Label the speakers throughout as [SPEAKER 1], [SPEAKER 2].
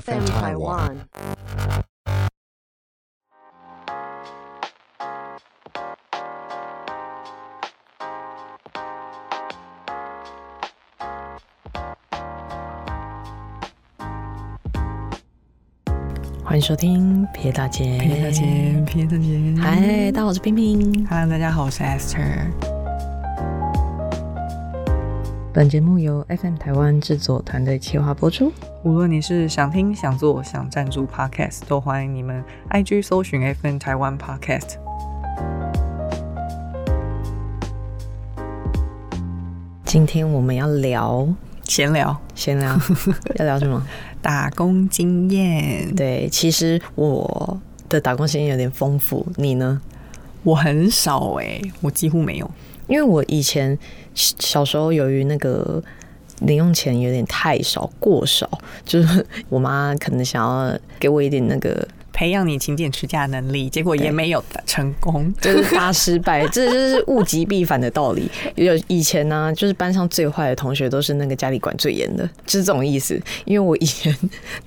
[SPEAKER 1] FM Taiwan.
[SPEAKER 2] 欢迎收听《撇大姐》。
[SPEAKER 3] 皮特姐，皮特姐，
[SPEAKER 2] 嗨，大家好，我是冰冰。
[SPEAKER 3] ，Hello，大家好，我是 Esther。
[SPEAKER 2] 本节目由 FM 台湾制作团队企划播出。
[SPEAKER 3] 无论你是想听、想做、想赞助 Podcast，都欢迎你们 IG 搜寻 FN 台湾 Podcast。
[SPEAKER 2] 今天我们要聊，
[SPEAKER 3] 闲聊
[SPEAKER 2] 先 聊要聊什么？
[SPEAKER 3] 打工经验，
[SPEAKER 2] 对，其实我的打工经验有点丰富，你呢？
[SPEAKER 3] 我很少哎、我几乎没有。
[SPEAKER 2] 因为我以前小时候由于那个零用钱有点太少，过少，就是我妈可能想要给我一点那个
[SPEAKER 3] 培养你勤俭持家的能力，结果也没有达成功。
[SPEAKER 2] 就是大失败，这就是物极必反的道理。有以前呢、就是班上最坏的同学都是那个家里管最严的，就是这种意思。因为我以前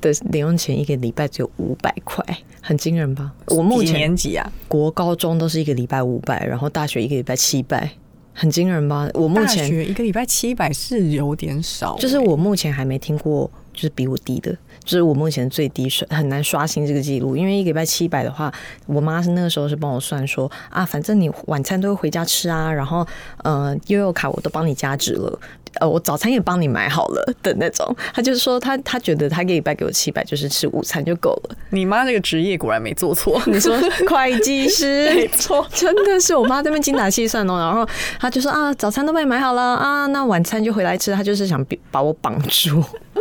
[SPEAKER 2] 的零用钱一个礼拜只有五百块，很惊人吧？我目
[SPEAKER 3] 几
[SPEAKER 2] 前
[SPEAKER 3] 年级啊？
[SPEAKER 2] 国高中都是一个礼拜五百，然后大学一个礼拜七百，很惊人吧？我目
[SPEAKER 3] 大
[SPEAKER 2] 前
[SPEAKER 3] 学一个礼拜七百是有点少欸、
[SPEAKER 2] 就是我目前还没听过，就是比我低的，就是我目前最低刷很难刷新这个记录，因为一个礼拜七百的话，我妈是那个时候是帮我算说啊，反正你晚餐都会回家吃啊，然后呃悠悠卡我都帮你加值了，呃我早餐也帮你买好了的那种，她就说她她觉得她一个礼拜给我七百，就是吃午餐就够了。
[SPEAKER 3] 你妈这个职业果然没做错。
[SPEAKER 2] 你说会计师，没错，真的是我妈这边精打细算哦。然后她就说啊，早餐都帮你买好了啊，那晚餐就回来吃。她就是想比把我绑住，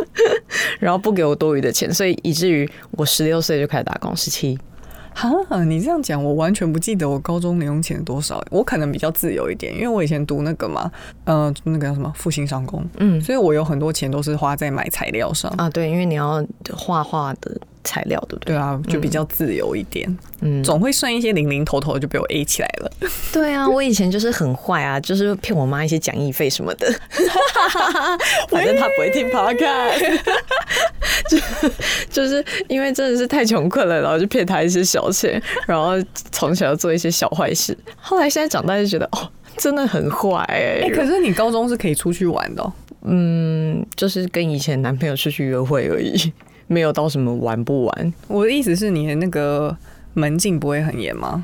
[SPEAKER 2] 然后不给我多余的钱，所以以至于我十六岁就开始打工，十七。
[SPEAKER 3] 哈，你这样讲，我完全不记得我高中零用钱多少。我可能比较自由一点，因为我以前读那个嘛，呃，那个叫什么复兴商工，
[SPEAKER 2] 嗯
[SPEAKER 3] 所以我有很多钱都是花在买材料上。
[SPEAKER 2] 啊，对，因为你要画画的材料，对不对？
[SPEAKER 3] 对啊，就比较自由一点，
[SPEAKER 2] 嗯，
[SPEAKER 3] 总会算一些零零头头就被我 A 起来了。
[SPEAKER 2] 对
[SPEAKER 3] 嗯
[SPEAKER 2] 啊，我以前就是很坏啊，就是骗我妈一些讲义费什么 的，反正她不会听 podcast，就就是因为真的是太穷困了，然后就骗她一些小钱，然后从小做一些小坏事。后来现在长大就觉得哦，真的很坏哎、
[SPEAKER 3] 哎、可是你高中是可以出去玩的哦、
[SPEAKER 2] 嗯，就是跟以前男朋友出去约会而已，没有到什么玩不玩，
[SPEAKER 3] 我的意思是你的那个门禁不会很严吗？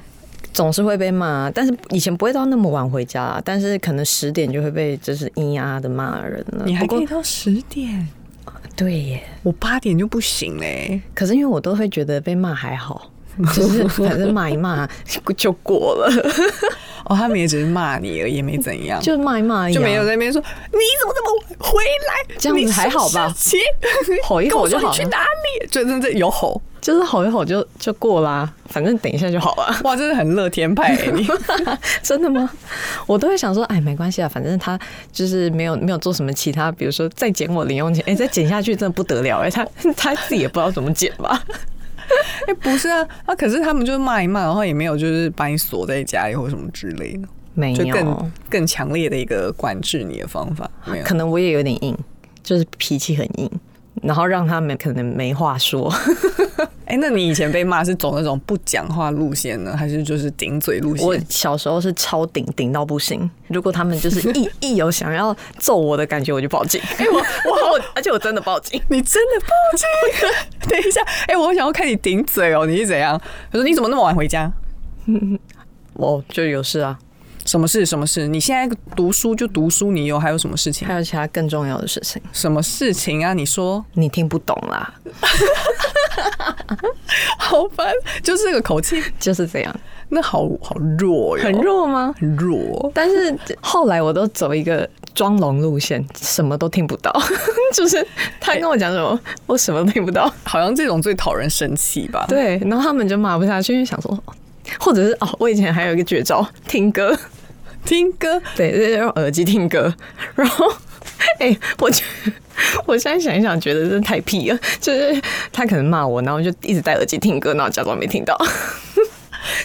[SPEAKER 2] 总是会被骂，但是以前不会到那么晚回家啦，但是可能十点就会被就是咿呀的骂人了。
[SPEAKER 3] 你还
[SPEAKER 2] 嗯不
[SPEAKER 3] 可
[SPEAKER 2] 过
[SPEAKER 3] 以到十点，
[SPEAKER 2] 对耶，
[SPEAKER 3] 我八点就不行嘞、
[SPEAKER 2] 可是因为我都会觉得被骂还 好，就是反正骂一骂 就过了，
[SPEAKER 3] 哦，他们也只是骂你而已，也没怎样。
[SPEAKER 2] 就骂一骂而已啊、
[SPEAKER 3] 就没有在那边说你怎么这么晚回来，
[SPEAKER 2] 这样子
[SPEAKER 3] 你什么
[SPEAKER 2] 还好 吧
[SPEAKER 3] 事情
[SPEAKER 2] 吼一
[SPEAKER 3] 跟
[SPEAKER 2] 吼
[SPEAKER 3] 我
[SPEAKER 2] 就
[SPEAKER 3] 说你
[SPEAKER 2] 好
[SPEAKER 3] 去
[SPEAKER 2] 了，
[SPEAKER 3] 哪里？就真的有吼，
[SPEAKER 2] 就是吼一吼就就过啦、反正等一下就好了。
[SPEAKER 3] 哇，真的很乐天派、欸、 你。
[SPEAKER 2] 真的吗？我都会想说，哎，没关系啊，反正他就是没有没有做什么其他，比如说再减我零用钱，哎、再减下去真的不得了，哎、他他自己也不知道怎么减吧。
[SPEAKER 3] 哎、不是啊，啊，可是他们就是骂一骂，然后也没有就是把你锁在家里或什么之类的，
[SPEAKER 2] 没
[SPEAKER 3] 就
[SPEAKER 2] 有
[SPEAKER 3] 更，更强烈的一个管制你的方法没有。
[SPEAKER 2] 可能我也有点硬，就是脾气很硬，然后让他们可能没话说。
[SPEAKER 3] 哎、那你以前被骂是走那种不讲话路线呢，还是就是顶嘴路
[SPEAKER 2] 我
[SPEAKER 3] 线？
[SPEAKER 2] 小时候是超顶顶到不行，如果他们 就是一一有想要揍我的感觉，我就报 警。因为哎我我好，而且我真的报 警。
[SPEAKER 3] 你真的报警？ 等一下，哎、我想要看你顶嘴哦，你是怎样？他说你怎么那么晚回家？
[SPEAKER 2] 我就有事啊，
[SPEAKER 3] 什么事？什么事？你现在读书就读书，你有还有什么事情
[SPEAKER 2] 还？有其他更重要的事情，
[SPEAKER 3] 什么事情啊？你说
[SPEAKER 2] 你听不懂啦，
[SPEAKER 3] 好烦，就是这个口气，
[SPEAKER 2] 就是这样，
[SPEAKER 3] 那好好弱哟，
[SPEAKER 2] 很，弱吗？
[SPEAKER 3] 很弱。
[SPEAKER 2] 但是后来我都走一个装聋路线，什么都听不到， 就是他跟我讲什么，我什么都听不到。
[SPEAKER 3] 好像这种最讨人生气吧？，
[SPEAKER 2] 对，然后他们就骂不下去，因为想说，哦或者是哦，我以前还有一个绝招，听歌。
[SPEAKER 3] 听歌
[SPEAKER 2] 对，就是用耳机听歌，然后。哎、我觉得我现在想一想，觉得真的太屁了。就是他可能骂我，然后就一直戴耳机听歌，然后假装没听到。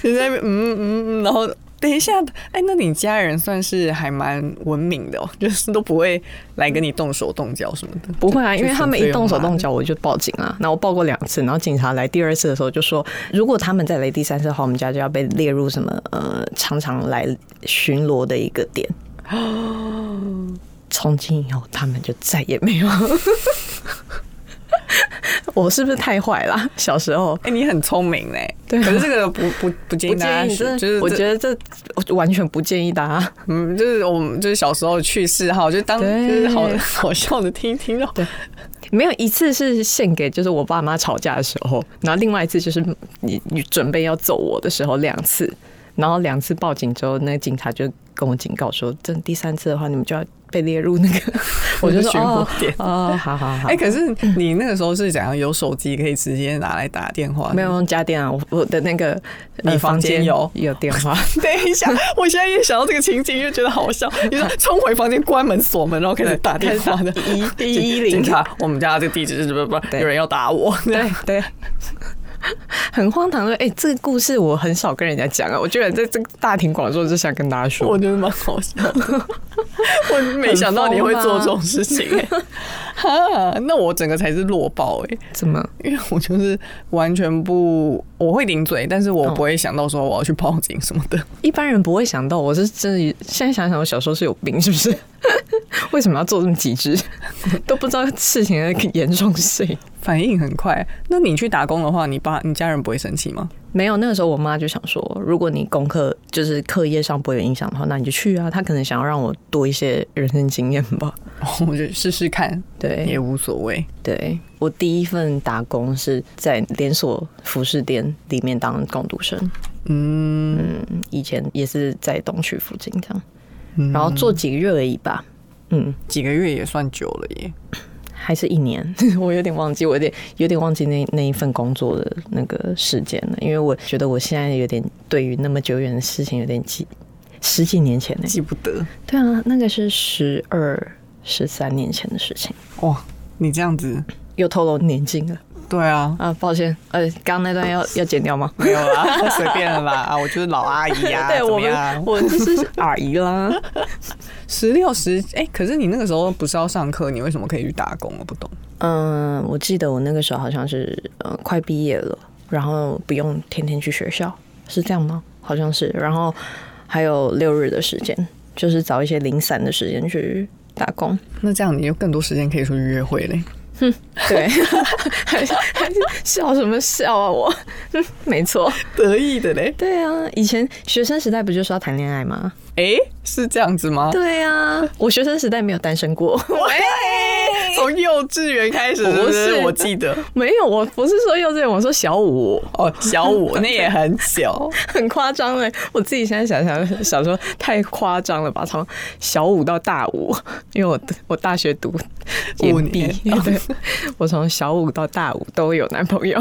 [SPEAKER 3] 你在那边嗯嗯嗯，然后等一下，哎，那你家人算是还蛮文明的哦，就是都不会来跟你动手动脚什么的。
[SPEAKER 2] 不会啊，因为他们一动手动
[SPEAKER 3] 脚，
[SPEAKER 2] 脚，我就报警啊。那我报过两次，然后警察来第二次的时候就说，如果他们再来第三次的话，我们家就要被列入什么呃常常来巡逻的一个点。从今以后，他们就再也没有。 我是不是太坏啦？小时候
[SPEAKER 3] 哎、你很聪明嘞，
[SPEAKER 2] 对啊
[SPEAKER 3] 可是这个不不不建议
[SPEAKER 2] 不
[SPEAKER 3] 大家
[SPEAKER 2] 建议，
[SPEAKER 3] 学，
[SPEAKER 2] 真
[SPEAKER 3] 就是
[SPEAKER 2] 的，我
[SPEAKER 3] 这
[SPEAKER 2] 觉得这我完全不建议大家。
[SPEAKER 3] 嗯，就是我们就是小时候的趣事哈，就当
[SPEAKER 2] 对
[SPEAKER 3] 就是好好笑的听一听哦。
[SPEAKER 2] 没有一次是献给就是我爸妈吵架的时候，然后另外一次就是你你准备要揍我的时候两次，然后两次报警之后，那个警察就跟我警告说，这第三次的话你们就要被列入那个，我就说
[SPEAKER 3] 巡
[SPEAKER 2] 哦
[SPEAKER 3] 逻点
[SPEAKER 2] 哦，好好好嗯
[SPEAKER 3] 哎、。可是你那个时候是怎样？有手机可以直接拿来打电话？
[SPEAKER 2] 没有。用家电啊，我我的那个呃
[SPEAKER 3] 你房间有
[SPEAKER 2] 有电话，
[SPEAKER 3] 等一下，我现在也想到这个情景，就觉得好 笑。你说冲回房间关门锁门，然后开始打电话的
[SPEAKER 2] 一一一零
[SPEAKER 3] 警察，我们家这个地址是不不，
[SPEAKER 2] 对
[SPEAKER 3] 有人要打我。
[SPEAKER 2] 对对，很荒唐的。哎、这个故事我很少跟人家讲啊，我居然在这个大庭广众之下跟大家说，
[SPEAKER 3] 我觉得蛮好笑的， 我没想到你会做这种事情、欸，哈，那我整个才是弱爆哎、
[SPEAKER 2] 怎么
[SPEAKER 3] 因为我就是完全不，我会顶嘴，但是我不会想到说我要去报警什么的。
[SPEAKER 2] 一般人不会想到，我是真的。现在想想，我小时候是有病，是不 是？为什么要做这么极致？ 都不知道事情的严重性。
[SPEAKER 3] 反应很快。那你去打工的话，你爸你家人不会生气吗？
[SPEAKER 2] 没有，那个时候我妈就想说，如果你功课就是课业上不会有影响的话，那你就去啊。她可能想要让我多一些人生经验吧。
[SPEAKER 3] 我就试试看，也
[SPEAKER 2] 对，
[SPEAKER 3] 无所谓。
[SPEAKER 2] 对我第一份打工是在连锁服饰店里面当工读生，
[SPEAKER 3] 嗯，
[SPEAKER 2] 嗯，以前也是在东区附近这样，
[SPEAKER 3] 嗯
[SPEAKER 2] 然后做几个月而已吧，嗯，
[SPEAKER 3] 几个月也算久了耶。
[SPEAKER 2] 还是一年， 我有点忘记，我有点有点忘记那那一份工作的那个时间了，因为我觉得我现在有点对于那么久远的事情有点记十几年前呢、
[SPEAKER 3] 记不得
[SPEAKER 2] 对啊，那个是十二十三年前的事情，
[SPEAKER 3] 哇，你这样子，
[SPEAKER 2] 又透露年纪了
[SPEAKER 3] 对啊，
[SPEAKER 2] 啊，抱歉，呃，刚刚那段要要剪掉吗？
[SPEAKER 3] 没有啦，随便了啦啊，我就是老阿姨 呀、
[SPEAKER 2] 对
[SPEAKER 3] 怎
[SPEAKER 2] 我
[SPEAKER 3] 么
[SPEAKER 2] 们，
[SPEAKER 3] 样？
[SPEAKER 2] 我就是阿姨啦。
[SPEAKER 3] 十六十，哎，可是你那个时候不是要上课，你为什么可以去打工？啊我不懂。
[SPEAKER 2] 嗯，我记得我那个时候好像是呃快毕业了，然后不用天天去学校，是这样吗？好像是，然后还有六日的时间，就是找一些零散的时间去打工。
[SPEAKER 3] 那这样你就更多时间可以出去约会嘞。
[SPEAKER 2] 对，还是还是笑什么笑啊我？ 嗯没错，
[SPEAKER 3] 得意的嘞，
[SPEAKER 2] 对啊，以前学生时代不就是要谈恋爱吗？
[SPEAKER 3] 哎，是这样子吗？
[SPEAKER 2] 对啊，我学生时代没有单身过。
[SPEAKER 3] 喂，从幼稚园开始，
[SPEAKER 2] 不
[SPEAKER 3] 不
[SPEAKER 2] 是
[SPEAKER 3] 是？我记得
[SPEAKER 2] 没有，我不是说幼稚园，我说小五，
[SPEAKER 3] 哦，小 五那也很小，
[SPEAKER 2] 很夸张哎！我自己现在想想 想说太夸张了吧，从小五到大五，因为我我大学读研
[SPEAKER 3] 五
[SPEAKER 2] 毕
[SPEAKER 3] 年，
[SPEAKER 2] 对，我从小五到大五都有男朋友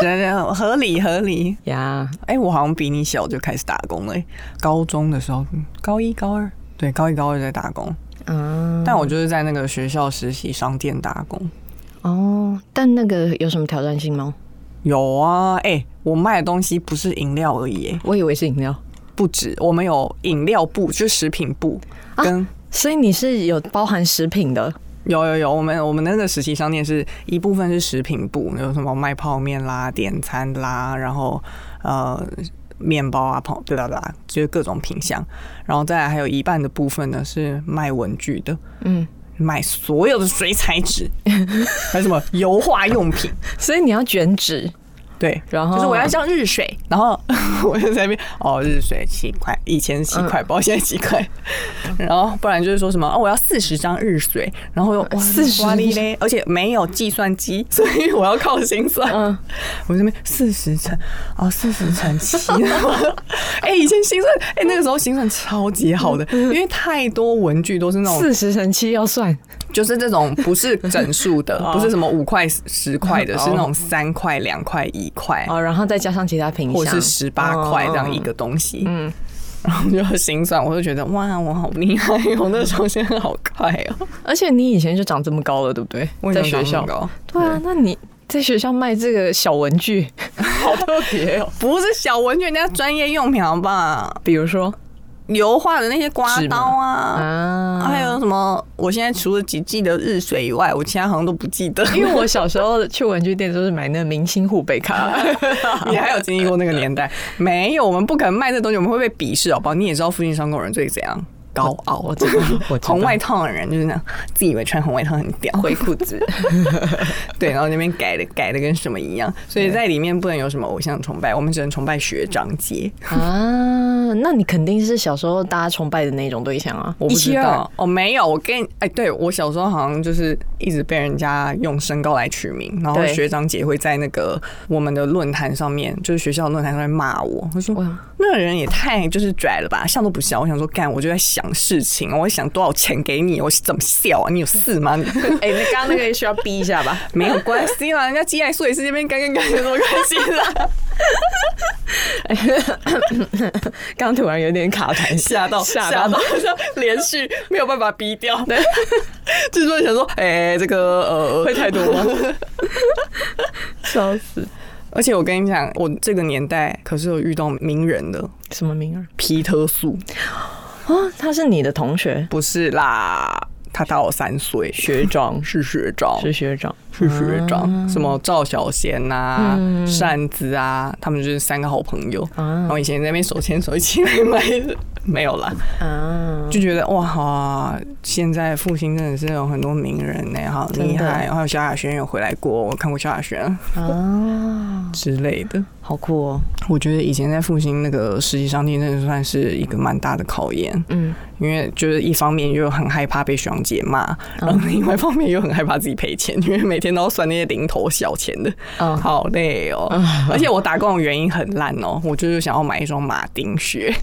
[SPEAKER 3] 这样合理合理。
[SPEAKER 2] 呀。
[SPEAKER 3] 哎、我好像比你小就开始打工了、哎高中的时候，嗯高一高二，对，高一高二在打工，
[SPEAKER 2] 啊，
[SPEAKER 3] 但我就是在那个学校实习商店打工。
[SPEAKER 2] 哦，但那个有什么挑战性吗？
[SPEAKER 3] 有啊，哎、我卖的东西不是饮料而已、哎
[SPEAKER 2] 我以为是饮料，
[SPEAKER 3] 不止，我们有饮料部，就是食品部，
[SPEAKER 2] 啊
[SPEAKER 3] 跟、
[SPEAKER 2] 所以你是有包含食品的
[SPEAKER 3] 有有有，我们我们那个实习商店是一部分是食品部，有什么卖泡面啦、点餐啦，然后呃面包啊、泡对啦啦，就是各种品相。然后再来还有一半的部分呢是卖文具的，
[SPEAKER 2] 嗯，
[SPEAKER 3] 卖所有的水彩纸， 还有什么油画用品，
[SPEAKER 2] 所以你要卷纸，
[SPEAKER 3] 对。
[SPEAKER 2] 然后
[SPEAKER 3] 就是我要像日水，然后我就在那边哦，日水七块，以前七块，
[SPEAKER 2] 嗯
[SPEAKER 3] 不知道现在几块。然后不然就是说什么哦，我要四十张日水，然后又哇
[SPEAKER 2] 40
[SPEAKER 3] 哇哩嘞，而且没有计算机， 所以我要靠心算。
[SPEAKER 2] 嗯
[SPEAKER 3] 我这边四十乘哦，四十乘七， 哎、以前心算哎、那个时候心算超级好的，
[SPEAKER 2] 嗯
[SPEAKER 3] 因为太多文具都是那种
[SPEAKER 2] 四十乘七要算，
[SPEAKER 3] 就是这种不是整数的
[SPEAKER 2] 哦，
[SPEAKER 3] 不是什么五块十块的，
[SPEAKER 2] 哦
[SPEAKER 3] 是那种三块两块一块。
[SPEAKER 2] 哦，然后再加上其他品
[SPEAKER 3] 或
[SPEAKER 2] 项，
[SPEAKER 3] 是十八块这样一个东西，嗯，然后就心算，我就觉得哇，我好厉害哦，我那时候现在好快哦，
[SPEAKER 2] 而且你以前就长这么高了，对不对？在学校，
[SPEAKER 3] 高，
[SPEAKER 2] 对啊，那你在学校卖这个小文具，
[SPEAKER 3] 好特别哦！不是小文具，人家专业用品好吧？
[SPEAKER 2] 比如说
[SPEAKER 3] 油画的那些刮刀啊，
[SPEAKER 2] 啊，
[SPEAKER 3] 还有什么？我现在除了只记得日水以外，我其他好像都不记得。
[SPEAKER 2] 因为我小时候去文具店都是买那个明星护 贝卡，
[SPEAKER 3] 你还有经历过那个年代？ 没有，我们不可能卖这东西，我们会被鄙视，好不好？你也知道附近商工人最怎样高傲，
[SPEAKER 2] 我知道，我知道
[SPEAKER 3] 红外套的人就是那样，自以为穿红外套很屌，
[SPEAKER 2] 灰裤子，
[SPEAKER 3] 对，然后那边改的改的跟什么一样，所以在里面不能有什么偶像崇拜，我们只能崇拜学长姐。
[SPEAKER 2] 啊，那你肯定是小时候大家崇拜的那种对象啊！我不知道，
[SPEAKER 3] 哦，没有，我跟你哎，对我小时候好像就是一直被人家用身高来取名，然后
[SPEAKER 2] 对
[SPEAKER 3] 学长姐会在那个我们的论坛上面，就是学校的论坛上面骂我，他说
[SPEAKER 2] 哇
[SPEAKER 3] 那个人也太就是拽了吧，像都不像。我想说，干，我就在想事情，我在想多少钱给你，我怎么笑啊？你有事吗？你
[SPEAKER 2] 哎、那刚刚那个需要逼一下吧？
[SPEAKER 3] 没有关系啦，人家鸡来素也是这边干干干，有什么关系啦？
[SPEAKER 2] 刚刚突然有点卡痰，
[SPEAKER 3] 吓到
[SPEAKER 2] 吓
[SPEAKER 3] 吓
[SPEAKER 2] 到
[SPEAKER 3] 到，连续没有办法逼掉。对， 就是说想说，哎、这个呃，会太多吗？
[SPEAKER 2] 笑死！
[SPEAKER 3] 而且我跟你讲，我这个年代可是有遇到名人的
[SPEAKER 2] 什么名儿
[SPEAKER 3] 皮特素，
[SPEAKER 2] 啊？他是你的同学
[SPEAKER 3] 不是啦，他大我三岁，
[SPEAKER 2] 学长，
[SPEAKER 3] 是学长，
[SPEAKER 2] 是学长，啊
[SPEAKER 3] 是学长，什么赵小贤呐、
[SPEAKER 2] 嗯
[SPEAKER 3] 扇子啊，他们就是三个好朋友。
[SPEAKER 2] 啊
[SPEAKER 3] 然后以前在那边手牵手一起来买的，没有啦，
[SPEAKER 2] 啊，
[SPEAKER 3] 就觉得哇哈，现在复兴真的是有很多名人呢、好
[SPEAKER 2] 真的
[SPEAKER 3] 厉害。还有萧亚轩有回来过，我看过萧亚轩
[SPEAKER 2] 啊，
[SPEAKER 3] 之类的。
[SPEAKER 2] 好酷哦！
[SPEAKER 3] 我觉得以前在复兴那个实习商店，真的算是一个蛮大的考验。
[SPEAKER 2] 嗯，
[SPEAKER 3] 因为就是一方面又很害怕被学长姐
[SPEAKER 2] 嗯
[SPEAKER 3] 骂，然后另外一方面又很害怕自己赔钱，因为每天都要算那些零头小钱的，
[SPEAKER 2] 嗯
[SPEAKER 3] 好累哦。
[SPEAKER 2] 啊
[SPEAKER 3] 而且我打工的原因很烂哦，我就是想要买一双马丁靴，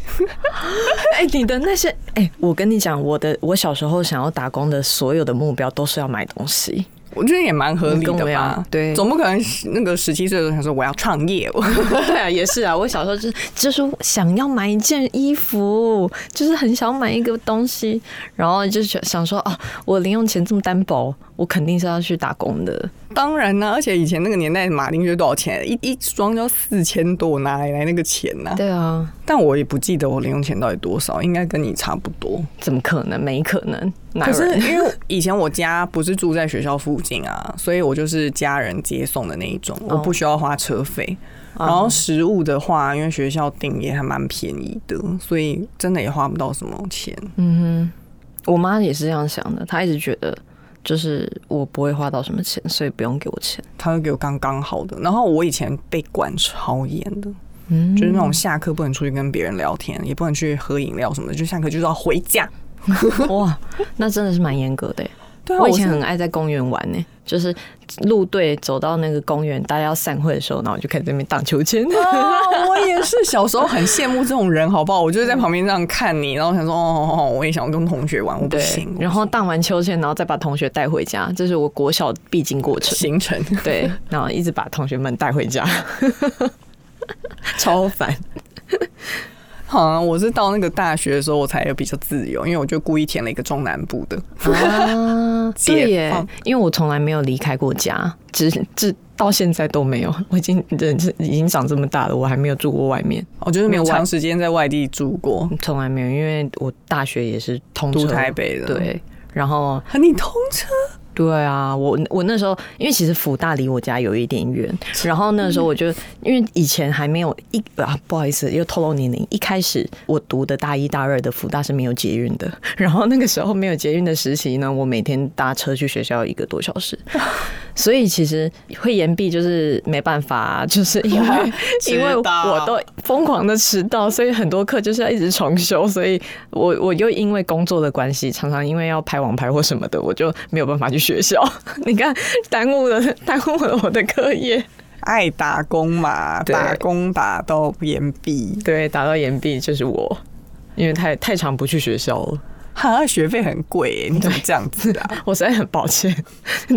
[SPEAKER 2] 哎、你的那些哎、我跟你讲，我的我小时候想要打工的所有的目标都是要买东西，
[SPEAKER 3] 我觉得也蛮合理
[SPEAKER 2] 你跟我
[SPEAKER 3] 的
[SPEAKER 2] 一
[SPEAKER 3] 吧
[SPEAKER 2] 样。对
[SPEAKER 3] 总不可能那个十七岁的时候想说我要创业，哦我
[SPEAKER 2] 对啊，也是啊。我小时候就是就是想要买一件衣服，就是很想买一个东西，然后就想想说，哦，我零用钱这么单薄，我肯定是要去打工的。
[SPEAKER 3] 当然呢、而且以前那个年代马丁靴多少钱？一一双要四千多，哪里来那个钱呢、
[SPEAKER 2] 对啊，
[SPEAKER 3] 但我也不记得我零用钱到底多少，应该跟你差不多。
[SPEAKER 2] 怎么可能？没可能，哪
[SPEAKER 3] 可
[SPEAKER 2] 有
[SPEAKER 3] 是
[SPEAKER 2] 人？
[SPEAKER 3] 因为以前我家不是住在学校附近啊，所以我就是家人接送的那一种，
[SPEAKER 2] 哦
[SPEAKER 3] 我不需要花车费。然后食物的话，因为学校订也还蛮便宜的，所以真的也花不到什么钱。
[SPEAKER 2] 嗯哼，我妈也是这样想的，她一直觉得就是我不会花到什么钱，所以不用给我钱。
[SPEAKER 3] 他会给我刚刚好的。然后我以前被管超严的，
[SPEAKER 2] 嗯
[SPEAKER 3] 就是那种下课不能出去跟别人聊天，也不能去喝饮料什么的，就下课就是要回家。
[SPEAKER 2] 哇，那真的是蛮严格的耶。
[SPEAKER 3] 对啊，
[SPEAKER 2] 我
[SPEAKER 3] 我
[SPEAKER 2] 以前
[SPEAKER 3] 是
[SPEAKER 2] 很爱在公园玩呢、就是路队走到那个公园，大家要散会的时候，然后我就开始在那边荡秋千。
[SPEAKER 3] 啊，我也是小时候很羡慕这种人，好不好？我就是在旁边这样看你，然后想说，哦哦，哦我也想跟同学玩，我不
[SPEAKER 2] 对
[SPEAKER 3] 行，。
[SPEAKER 2] 然后荡完秋千，然后再把同学带回家，这是我国小必经过程。
[SPEAKER 3] 行程
[SPEAKER 2] 对，然后一直把同学们带回家，
[SPEAKER 3] 啊
[SPEAKER 2] 超烦。
[SPEAKER 3] 好像我是到那个大学的时候，我才有比较自由，因为我就故意填了一个中南部的。
[SPEAKER 2] 啊，对
[SPEAKER 3] 解
[SPEAKER 2] 耶
[SPEAKER 3] 放，
[SPEAKER 2] 因为我从来没有离开过家，直至到现在都没有。 我已经人是已经长这么大了，我还没有住过外面，
[SPEAKER 3] 我就是没有
[SPEAKER 2] 没有外
[SPEAKER 3] 长时间在外地住过，
[SPEAKER 2] 从来没有。因为我大学也是通
[SPEAKER 3] 住
[SPEAKER 2] 车
[SPEAKER 3] 台，北的。，
[SPEAKER 2] 对，然后
[SPEAKER 3] 啊，你通车
[SPEAKER 2] 对啊，我我那时候因为其实福大离我家有一点远，然后那时候我就因为以前还没有一啊，不好意思又透露年龄，一开始我读的大一大二的福大是没有捷运的， 然后那个时候没有捷运的实习呢，我每天搭车去学校一个多小时，所以其实会延毕就是没办法、啊 就是因为因为
[SPEAKER 3] 迟到
[SPEAKER 2] 我都疯狂的迟到，所以很多课就是要一直重修，所以我我又因为工作的关系，常常因为要拍网拍或什么的，我就没有办法去学校。 你看，耽误了 耽误了我的课业，
[SPEAKER 3] 爱打工嘛，
[SPEAKER 2] 对
[SPEAKER 3] 打工打到延毕，
[SPEAKER 2] 对，打到延毕就是我，因为太太常不去学校了，
[SPEAKER 3] 哈，学费很贵耶，你怎么这样子啊？
[SPEAKER 2] 我实在很抱歉，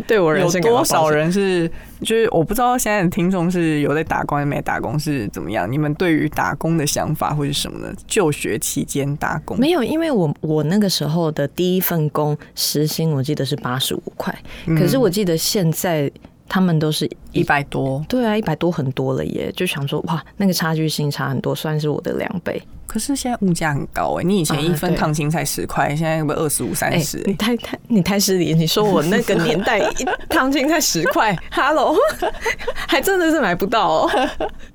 [SPEAKER 2] 对我人
[SPEAKER 3] 有
[SPEAKER 2] 生感到
[SPEAKER 3] 多
[SPEAKER 2] 抱歉
[SPEAKER 3] 少人是，就是我不知道现在的听众是有在打工还是没打工是怎么样？你们对于打工的想法或是什么呢？就学期间打工，
[SPEAKER 2] 没有，因为我我那个时候的第一份工时薪我记得是八十五块，可是我记得现在他们都是
[SPEAKER 3] 嗯一百多，
[SPEAKER 2] 对啊，一百多很多了耶，就想说哇，那个差距性差很多，算是我的两倍。
[SPEAKER 3] 可是现在物价很高哎、你以前一分
[SPEAKER 2] 啊对
[SPEAKER 3] 烫青菜十块，现在有没有二十五、三
[SPEAKER 2] 哎、
[SPEAKER 3] 十？欸
[SPEAKER 2] 你太太你太失礼，你说我那个年代一烫青才十 块 ，Hello，还真的是买不到哦。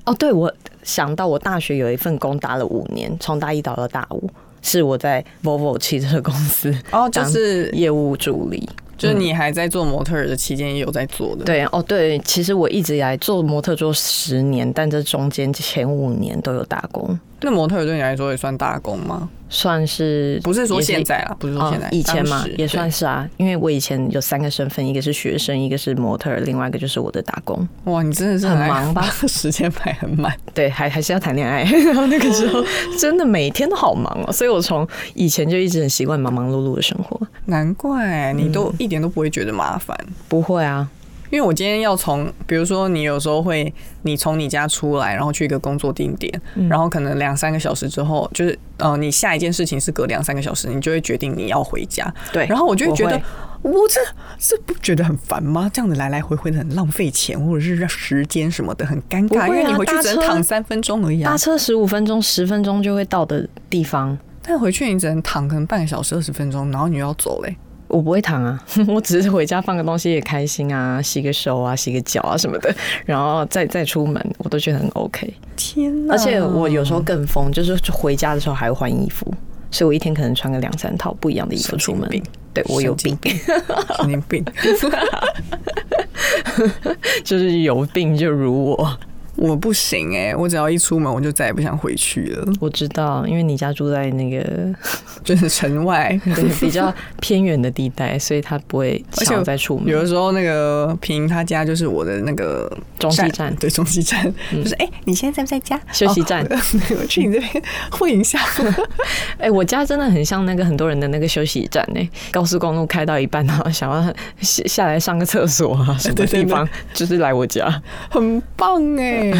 [SPEAKER 2] 哦，对，我想到我大学有一份工打了五年，从大一打到大五，是我在 Volvo 汽车公司
[SPEAKER 3] 哦，就
[SPEAKER 2] 当
[SPEAKER 3] 是
[SPEAKER 2] 业务助理。
[SPEAKER 3] 就是你还在做模特儿的期间也有在做的，
[SPEAKER 2] 对，哦，对，其实我一直以来做模特做十年，但这中间前五年都有打工，
[SPEAKER 3] 那模特儿对你来说也算打工吗？
[SPEAKER 2] 算是
[SPEAKER 3] 不是说
[SPEAKER 2] 也
[SPEAKER 3] 现在啦，不是说
[SPEAKER 2] 啊，
[SPEAKER 3] 现在，
[SPEAKER 2] 以前嘛
[SPEAKER 3] 当时
[SPEAKER 2] 也算
[SPEAKER 3] 对
[SPEAKER 2] 是啊，因为我以前有三个身份，一个是学生，一个是模特儿，另外一个就是我的打工。
[SPEAKER 3] 哇，你真的是
[SPEAKER 2] 很
[SPEAKER 3] 爱
[SPEAKER 2] 忙吧？
[SPEAKER 3] 时间排很满，
[SPEAKER 2] 对，还还是要谈恋爱。 然后那个时
[SPEAKER 3] 哦
[SPEAKER 2] 候真的每天都好忙哦，所以我从以前就一直很习惯忙忙碌碌的生活。
[SPEAKER 3] 难怪欸你
[SPEAKER 2] 嗯
[SPEAKER 3] 都一点都不会觉得麻烦。
[SPEAKER 2] 不会啊，
[SPEAKER 3] 因为我今天要从，比如说你有时候会，你从你家出来，然后去一个工作地点，
[SPEAKER 2] 嗯
[SPEAKER 3] 然后可能两三个小时之后，就是呃，你下一件事情是隔两三个小时，你就会决定你要回家。
[SPEAKER 2] 对
[SPEAKER 3] 然后我就会觉得
[SPEAKER 2] 哎我会，
[SPEAKER 3] 我这这不觉得很烦吗？这样子来来回回的很浪费钱，或者是让时间什么的很尴
[SPEAKER 2] 不会
[SPEAKER 3] 尬，
[SPEAKER 2] 啊
[SPEAKER 3] 因为你回去只
[SPEAKER 2] 搭
[SPEAKER 3] 能
[SPEAKER 2] 车
[SPEAKER 3] 躺三分钟而已啊
[SPEAKER 2] 搭。车十五分钟、十分钟就会到的地方，
[SPEAKER 3] 但回去你只能躺可能半个小时、二十分钟，然后你又要走嘞。
[SPEAKER 2] 我不会躺啊， 我只是回家放个东西也开心啊，洗个手啊、洗个脚啊什么的， 然后再再出门，我都觉得很 OK。
[SPEAKER 3] 天哪！
[SPEAKER 2] 而且我有时候更疯，就是回家的时候还会换衣服，所以我一天可能穿个两三套不一样的衣服
[SPEAKER 3] 神
[SPEAKER 2] 出
[SPEAKER 3] 经
[SPEAKER 2] 门
[SPEAKER 3] 病。
[SPEAKER 2] 对我有
[SPEAKER 3] 神
[SPEAKER 2] 病，
[SPEAKER 3] 神经病。
[SPEAKER 2] 就是有病就如我。
[SPEAKER 3] 我不行哎、我只要一出门，我就再也不想回去了，
[SPEAKER 2] 我知道，因为你家住在那个
[SPEAKER 3] 就是城外。
[SPEAKER 2] 对比较偏远的地带，所以他不会
[SPEAKER 3] 而且
[SPEAKER 2] 想要再出
[SPEAKER 3] 有
[SPEAKER 2] 门。
[SPEAKER 3] 的时候，那个平他家就是我的那个
[SPEAKER 2] 中继站
[SPEAKER 3] 对中继站，就是哎、你现在在不在家
[SPEAKER 2] 休息站
[SPEAKER 3] 哦 我去你这边混一下。
[SPEAKER 2] 哎、我家真的很像那个很多人的那个休息站呢、高速公路开到一半，然后想要下下来上个厕所啊，什么
[SPEAKER 3] 对对
[SPEAKER 2] 地
[SPEAKER 3] 对
[SPEAKER 2] 方就是来我家。
[SPEAKER 3] 很棒哎、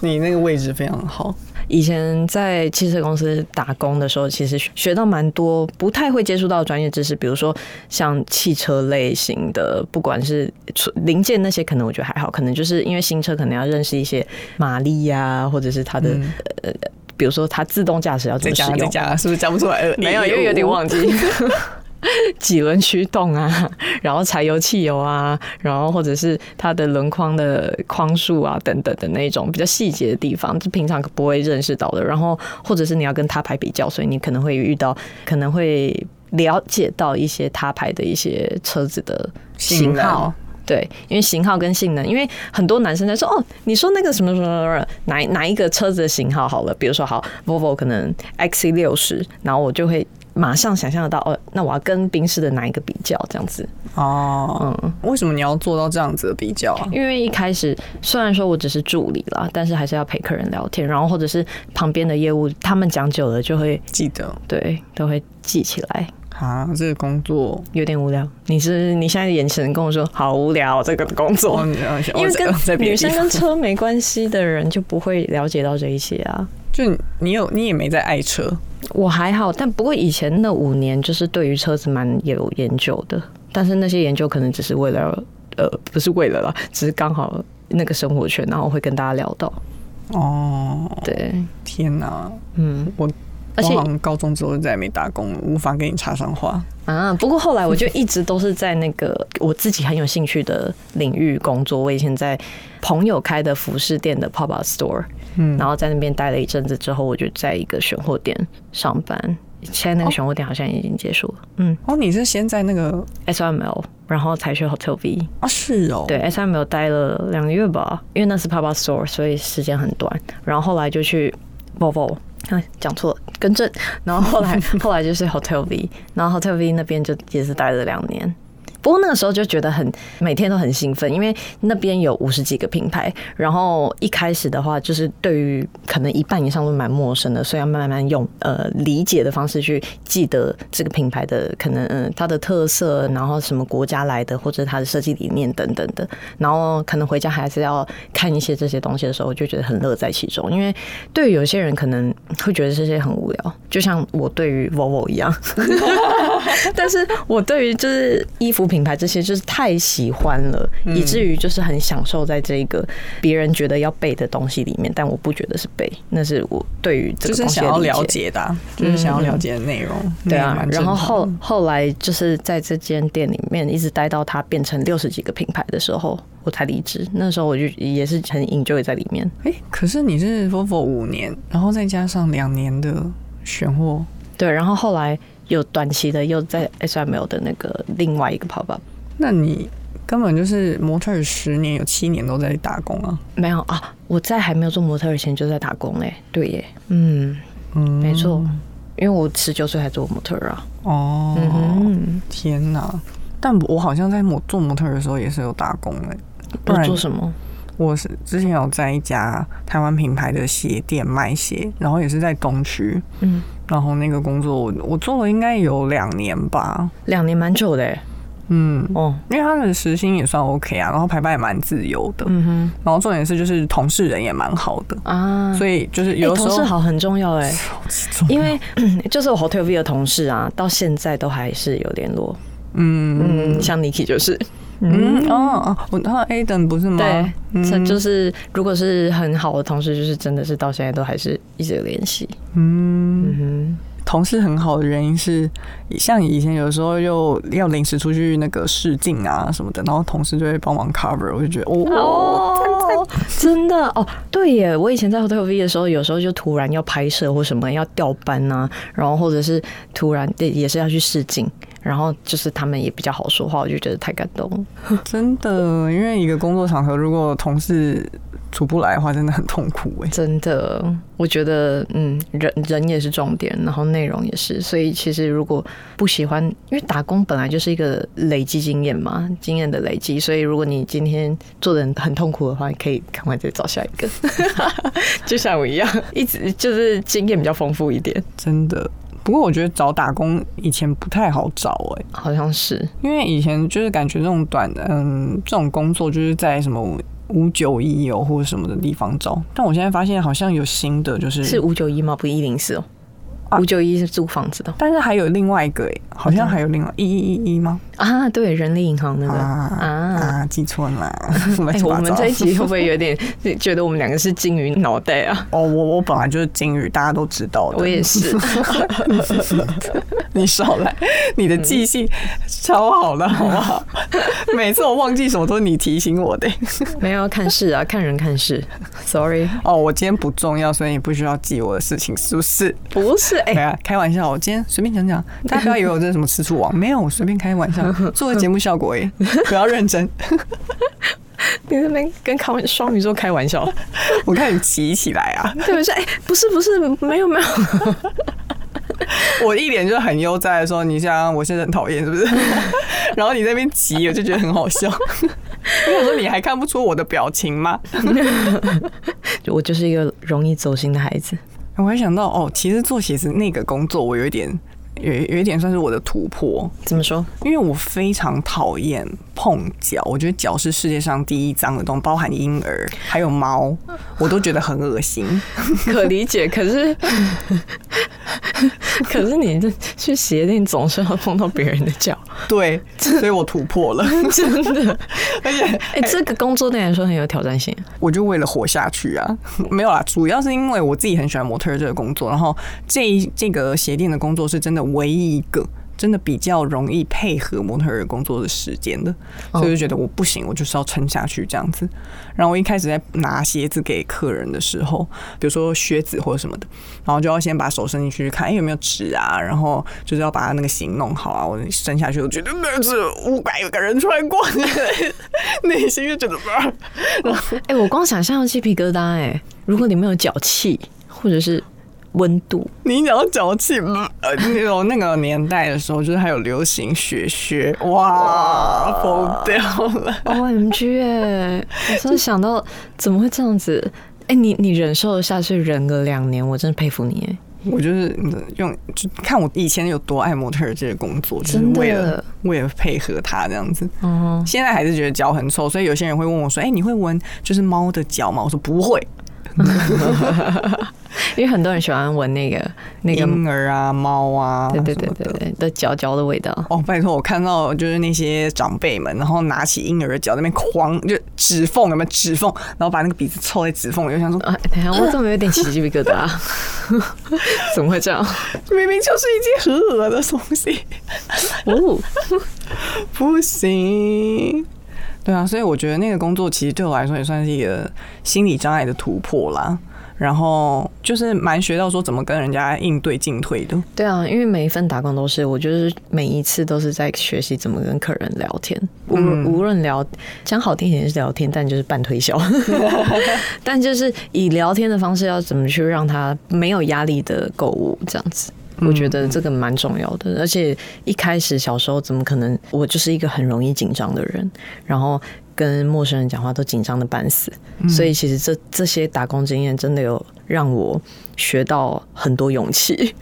[SPEAKER 3] 你那个位置非常好。
[SPEAKER 2] 以前在汽车公司打工的时候，其实学到蛮多不太会接触到的专业知识，比如说像汽车类型的，不管是除零件那些，可能我觉得还好，可能就是因为新车可能要认识一些马力呀、或者是它的、呃，比如说它自动驾驶要怎
[SPEAKER 3] 嗯再
[SPEAKER 2] 么使
[SPEAKER 3] 加再
[SPEAKER 2] 用，
[SPEAKER 3] 加，是不是加不出来了？呃
[SPEAKER 2] 没有，因为有点 忘记。几轮驱动啊，然后柴油、汽油啊，然后或者是它的轮框的框数啊等等的那种比较细节的地方，就平常不会认识到的。然后或者是你要跟他牌比较，所以你可能会遇到，可能会了解到一些他牌的一些车子的型
[SPEAKER 3] 性能
[SPEAKER 2] 号。对，因为型号跟性能，因为很多男生在说哦，你说那个什么什么什么哪哪一个车子的型号好了，比如说好 Volvo 可能 XC 六十，然后我就会马上想象得到哦，那我要跟宾士的哪一个比较这样子。嗯
[SPEAKER 3] 哦。为什么你要做到这样子的比较啊？
[SPEAKER 2] 因为一开始虽然说我只是助理啦，但是还是要陪客人聊天，然后或者是旁边的业务他们讲久了就会
[SPEAKER 3] 记得
[SPEAKER 2] 对都会记起来。
[SPEAKER 3] 啊，这个工作，
[SPEAKER 2] 有点无聊，你是你现在眼神跟我说好无聊这个工作，
[SPEAKER 3] 哦，你要
[SPEAKER 2] 因为
[SPEAKER 3] 哦在
[SPEAKER 2] 跟
[SPEAKER 3] 别
[SPEAKER 2] 女
[SPEAKER 3] 的地
[SPEAKER 2] 生
[SPEAKER 3] 方
[SPEAKER 2] 跟车没关系的人就不会了解到这一些啊。
[SPEAKER 3] 就你你有你也没在爱车，
[SPEAKER 2] 我还好，但不过以前那五年就是对于车子蛮有研究的，但是那些研究可能只是为了呃，不是为了啦，只是刚好那个生活圈，然后会跟大家聊到。
[SPEAKER 3] 哦，
[SPEAKER 2] 对，
[SPEAKER 3] 天哪，
[SPEAKER 2] 嗯，
[SPEAKER 3] 我
[SPEAKER 2] 而且
[SPEAKER 3] 我好像高中之后就再也没打工了，无法跟你插上话。
[SPEAKER 2] 啊，不过后来我就一直都是在那个我自己很有兴趣的领域工作。我以前在朋友开的服饰店的 pop up store，嗯，然后在那边待了一阵子之后，我就在一个选货店上班。现在那个选货店好像已经结束了，嗯
[SPEAKER 3] 哦，你是先在那个
[SPEAKER 2] ，S M L，然后才去 Hotel V。
[SPEAKER 3] 啊？是哦，
[SPEAKER 2] 对，S M L 待了两个月吧，因为那是 p a p a Store，所以时间很短。然后后来就去 Volvo，哎，讲错了，更正。然后后来 后来就是 Hotel V，然后 Hotel V 那边就也是待了两年。不过那个时候就觉得很每天都很兴奋，因为那边有五十几个品牌，然后一开始的话就是对于可能一半以上都蛮陌生的，所以要慢慢用呃理解的方式去记得这个品牌的可能嗯、呃它的特色，然后什么国家来的或者它的设计理念等等的，然后可能回家还是要看一些这些东西的时候，我就觉得很乐在其中，因为对于有些人可能会觉得这些很无聊，就像我对于 Volvo 一样，但是我对于就是衣服品牌这些就是太喜欢了，
[SPEAKER 3] 嗯
[SPEAKER 2] 以至于就是很享受在这个别人觉得要背的东西里面，但我不觉得是背，那是我对于这
[SPEAKER 3] 就
[SPEAKER 2] 个
[SPEAKER 3] 是
[SPEAKER 2] 东西
[SPEAKER 3] 想
[SPEAKER 2] 的
[SPEAKER 3] 要
[SPEAKER 2] 理
[SPEAKER 3] 了
[SPEAKER 2] 解。
[SPEAKER 3] 解的啊、就是想要了解的内容。
[SPEAKER 2] 嗯对
[SPEAKER 3] 那也
[SPEAKER 2] 啊
[SPEAKER 3] 蛮，
[SPEAKER 2] 然后
[SPEAKER 3] 正常
[SPEAKER 2] 后
[SPEAKER 3] 的
[SPEAKER 2] 后来就是在这间店里面一直待到它变成六十几个品牌的时候，我才离职。那时候我就也是很 enjoy 在里面。
[SPEAKER 3] 哎、可是你是 Volvo 五年，然后再加上两年的选货，
[SPEAKER 2] 对，然后后来有短期的又在 S M L 的那个另外一个 pop up，
[SPEAKER 3] 那你根本就是模特儿十年有七年都在打工啊。
[SPEAKER 2] 没有啊，我在还没有做模特儿前就在打工嘞、对耶，嗯，
[SPEAKER 3] 嗯，
[SPEAKER 2] 没错，因为我十九岁才做模特儿啊，
[SPEAKER 3] 哦，
[SPEAKER 2] 嗯，
[SPEAKER 3] 天哪！但我好像在模做模特儿的时候也是有打工哎、
[SPEAKER 2] 不
[SPEAKER 3] 不然
[SPEAKER 2] 做什么？
[SPEAKER 3] 我是之前有在一家台湾品牌的鞋店卖鞋，然后也是在东区，
[SPEAKER 2] 嗯，
[SPEAKER 3] 然后那个工作我我做了应该有两年吧，
[SPEAKER 2] 两年蛮久的、欸，
[SPEAKER 3] 嗯，
[SPEAKER 2] 哦，
[SPEAKER 3] 因为他的时薪也算 OK 啊，然后排班也蛮自由的，
[SPEAKER 2] 嗯
[SPEAKER 3] 然后重点是就是同事人也蛮好的，
[SPEAKER 2] 哼，啊，
[SPEAKER 3] 所以就是
[SPEAKER 2] 欸
[SPEAKER 3] 有的时
[SPEAKER 2] 同事
[SPEAKER 3] 候
[SPEAKER 2] 好很重要哎、
[SPEAKER 3] 超级重要，
[SPEAKER 2] 因为 就是我 Hotel V 的同事啊，到现在都还是有联络，
[SPEAKER 3] 嗯
[SPEAKER 2] 嗯，像 Niki 就是，
[SPEAKER 3] 嗯哦哦，我那 Aden 不是吗？
[SPEAKER 2] 对，这、
[SPEAKER 3] 嗯
[SPEAKER 2] 就是如果是很好的同事，就是真的是到现在都还是一直有联系。
[SPEAKER 3] 嗯，
[SPEAKER 2] 嗯
[SPEAKER 3] 同事很好的原因是，像以前有时候又要临时出去那个试镜啊什么的，然后同事就会帮忙 cover，我就觉得哦
[SPEAKER 2] 哼，哦，真的哦，对耶！我以前在 Hotel V 的时候，有时候就突然要拍摄或什么要调班啊，然后或者是突然对也是要去试镜，然后就是他们也比较好说话，我就觉得太感动了。
[SPEAKER 3] 真的，因为一个工作场合如果同事处不来的话，真的很痛苦哎、
[SPEAKER 2] 真的，我觉得，嗯，人人也是重点，然后内容也是，所以其实如果不喜欢，因为打工本来就是一个累积经验嘛，经验的累积，所以如果你今天做的很痛苦的话，你可以赶快再找下一个，就像我一样，一直就是经验比较丰富一 点，
[SPEAKER 3] 真的。不过我觉得找打工以前不太好找哎、
[SPEAKER 2] 好像是，
[SPEAKER 3] 因为以前就是感觉这种短嗯这种工作就是在什么五九一哦或者什么的地方找，但我现在发现好像有新的就是
[SPEAKER 2] 是五九一吗？不是一零四哦，
[SPEAKER 3] 啊
[SPEAKER 2] 五九一是租房子的
[SPEAKER 3] 但是还有另外一个、欸，好
[SPEAKER 2] 嗯
[SPEAKER 3] 像还有另外一一一一吗？
[SPEAKER 2] 啊，对，人力银行那个
[SPEAKER 3] 啊
[SPEAKER 2] 啊
[SPEAKER 3] 啊，记错了啦，
[SPEAKER 2] 哎、
[SPEAKER 3] 乱七
[SPEAKER 2] 我
[SPEAKER 3] 八
[SPEAKER 2] 们
[SPEAKER 3] 糟
[SPEAKER 2] 这一集会不会有点 觉得我们两个是金鱼脑袋啊？
[SPEAKER 3] 哦，我我本来就是金鱼，大家都知道的。
[SPEAKER 2] 我也是，
[SPEAKER 3] 你少来，你的
[SPEAKER 2] 嗯
[SPEAKER 3] 记性超好的，好不好？ 每次我忘记什么都是你提醒我的欸、
[SPEAKER 2] 没有看事啊，看人看事。Sorry，
[SPEAKER 3] 哦，我今天不重要，所以你不需要记我的事情，是不是？
[SPEAKER 2] 不是哎、
[SPEAKER 3] 哎呀，开玩笑，我今天随便讲讲，大家不要以为我这是什么吃醋王，没有，我随便开玩笑，做个节目效果而已，不要认真。
[SPEAKER 2] 你那边跟开玩双鱼座开玩笑，
[SPEAKER 3] 我看你急起来啊！
[SPEAKER 2] 对不对？哎、不是不是，没有没有，
[SPEAKER 3] 我一脸就很悠哉的说：“你像我现在很讨厌，是不 是？”然后你在那边急，我就觉得很好笑。 因为我说你还看不出我的表情吗？
[SPEAKER 2] 我就是一个容易走心的孩子。
[SPEAKER 3] 我还想到哦，其实做鞋子那个工作，我有一点有有一点算是我的突破，
[SPEAKER 2] 怎么说？
[SPEAKER 3] 因为我非常讨厌碰脚，我觉得脚是世界上第一脏的东西，包含婴儿还有猫，我都觉得很恶心。
[SPEAKER 2] 可理解，可 是可是你这去鞋店总是要碰到别人的 脚，
[SPEAKER 3] 对，所以我突破了，
[SPEAKER 2] 真的。
[SPEAKER 3] 而且
[SPEAKER 2] 哎、这个工作对你来说很有挑战性。
[SPEAKER 3] 我就为了活下去啊， 没有啦，主要是因为我自己很喜欢模特儿这个工作，然后这一这个鞋店的工作是真的唯一一个真的比较容易配合模特儿工作的时间的，所以就觉得我不行，我就是要撑下去这样子。然后我一开始在拿鞋子给客人的时候，比如说靴子或者什么的，然后就要先把手伸进去看，哎、有没有纸啊，然后就是要把那个型弄好啊。我伸下去，我觉得那是五百个人穿过， 内心就觉得 啊
[SPEAKER 2] 哎、我光想象要鸡皮疙瘩哎、如果你没有脚气或者是温度，
[SPEAKER 3] 你讲到脚气，嗯呃，那种那个年代的时候，就是还有流行雪靴，哇，疯掉了！
[SPEAKER 2] O 哦 M G 哎、我真的想到怎么会这样子？哎、你你忍受得下去，忍个两年，我真的佩服你哎、
[SPEAKER 3] 我就是嗯用，就看我以前有多爱模特儿这个工作，就是
[SPEAKER 2] 真的
[SPEAKER 3] 为了为了配合他这样子。
[SPEAKER 2] 哦、
[SPEAKER 3] 现在还是觉得脚很臭，所以有些人会问我说：“哎、你会闻就是猫的脚吗？”我说不会，
[SPEAKER 2] 因为很多人喜欢闻那个那个，
[SPEAKER 3] 婴儿啊、猫啊，
[SPEAKER 2] 对对对
[SPEAKER 3] 什么
[SPEAKER 2] 对
[SPEAKER 3] 的。
[SPEAKER 2] 对的脚脚的味道。
[SPEAKER 3] 哦，拜托！我看到就是那些长辈们，然后拿起婴儿的脚那边狂就指缝，有没有指缝？然后把那个鼻子凑在指缝，我就想说，
[SPEAKER 2] 啊，等一下，我怎么有点起鸡皮疙瘩、啊？ 怎么会这样？
[SPEAKER 3] 明明就是一件很恶的东西，
[SPEAKER 2] 哦，
[SPEAKER 3] 不行。对啊，所以我觉得那个工作其实对我来说也算是一个心理障碍的突破啦。然后就是蛮学到说怎么跟人家应对进退的。
[SPEAKER 2] 对啊，因为每一份打工都是，我就是每一次都是在学习怎么跟客人聊天，无论无论聊讲好听一点是聊天，但就是半推销，但就是以聊天的方式要怎么去让他没有压力的购物这样子。我觉得这个蛮重要的，而且一开始小时候怎么可能？我就是一个很容易紧张的人，然后跟陌生人讲话都紧张的半死，所以其实这这些打工经验真的有让我学到很多勇气。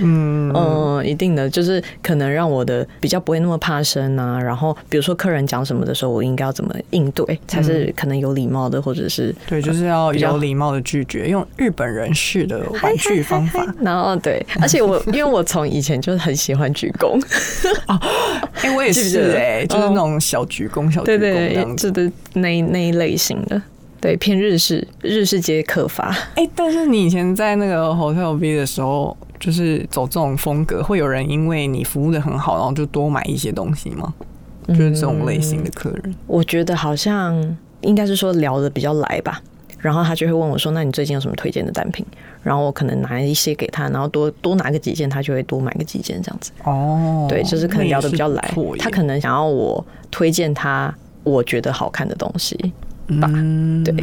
[SPEAKER 3] 嗯，
[SPEAKER 2] 嗯，一定的，就是可能让我的比较不会那么怕生啊。然后比如说客人讲什么的时候，我应该要怎么应对，才是可能有礼貌的，或者是
[SPEAKER 3] 对，就是要
[SPEAKER 2] 比较
[SPEAKER 3] 有礼貌的拒绝，用日本人式的婉拒方 法。
[SPEAKER 2] 然后对，而且我因为我从以前就是很喜欢鞠躬，
[SPEAKER 3] 哎、我也
[SPEAKER 2] 记不记得
[SPEAKER 3] 是哎、就是那种小鞠躬、哦小鞠
[SPEAKER 2] 对
[SPEAKER 3] 躬
[SPEAKER 2] 对
[SPEAKER 3] 这
[SPEAKER 2] 对，
[SPEAKER 3] 样子。
[SPEAKER 2] 就是那一那一类型的，对偏日式日式街客法，
[SPEAKER 3] 哎、但是你以前在那个 Hotel V 的时候，就是走这种风格，会有人因为你服务的很好，然后就多买一些东西吗？就是这种类型的客人，
[SPEAKER 2] 我觉得好像应该是说聊的比较来吧。然后他就会问我说：“那你最近有什么推荐的单品？”然后我可能拿一些给他，然后多多拿个几件，他就会多买个几件这样子。
[SPEAKER 3] 哦，
[SPEAKER 2] 对，就是可能聊得比较来，他可
[SPEAKER 3] 能
[SPEAKER 2] 能想要我推荐他我觉得好看的东西，吧
[SPEAKER 3] 嗯
[SPEAKER 2] 对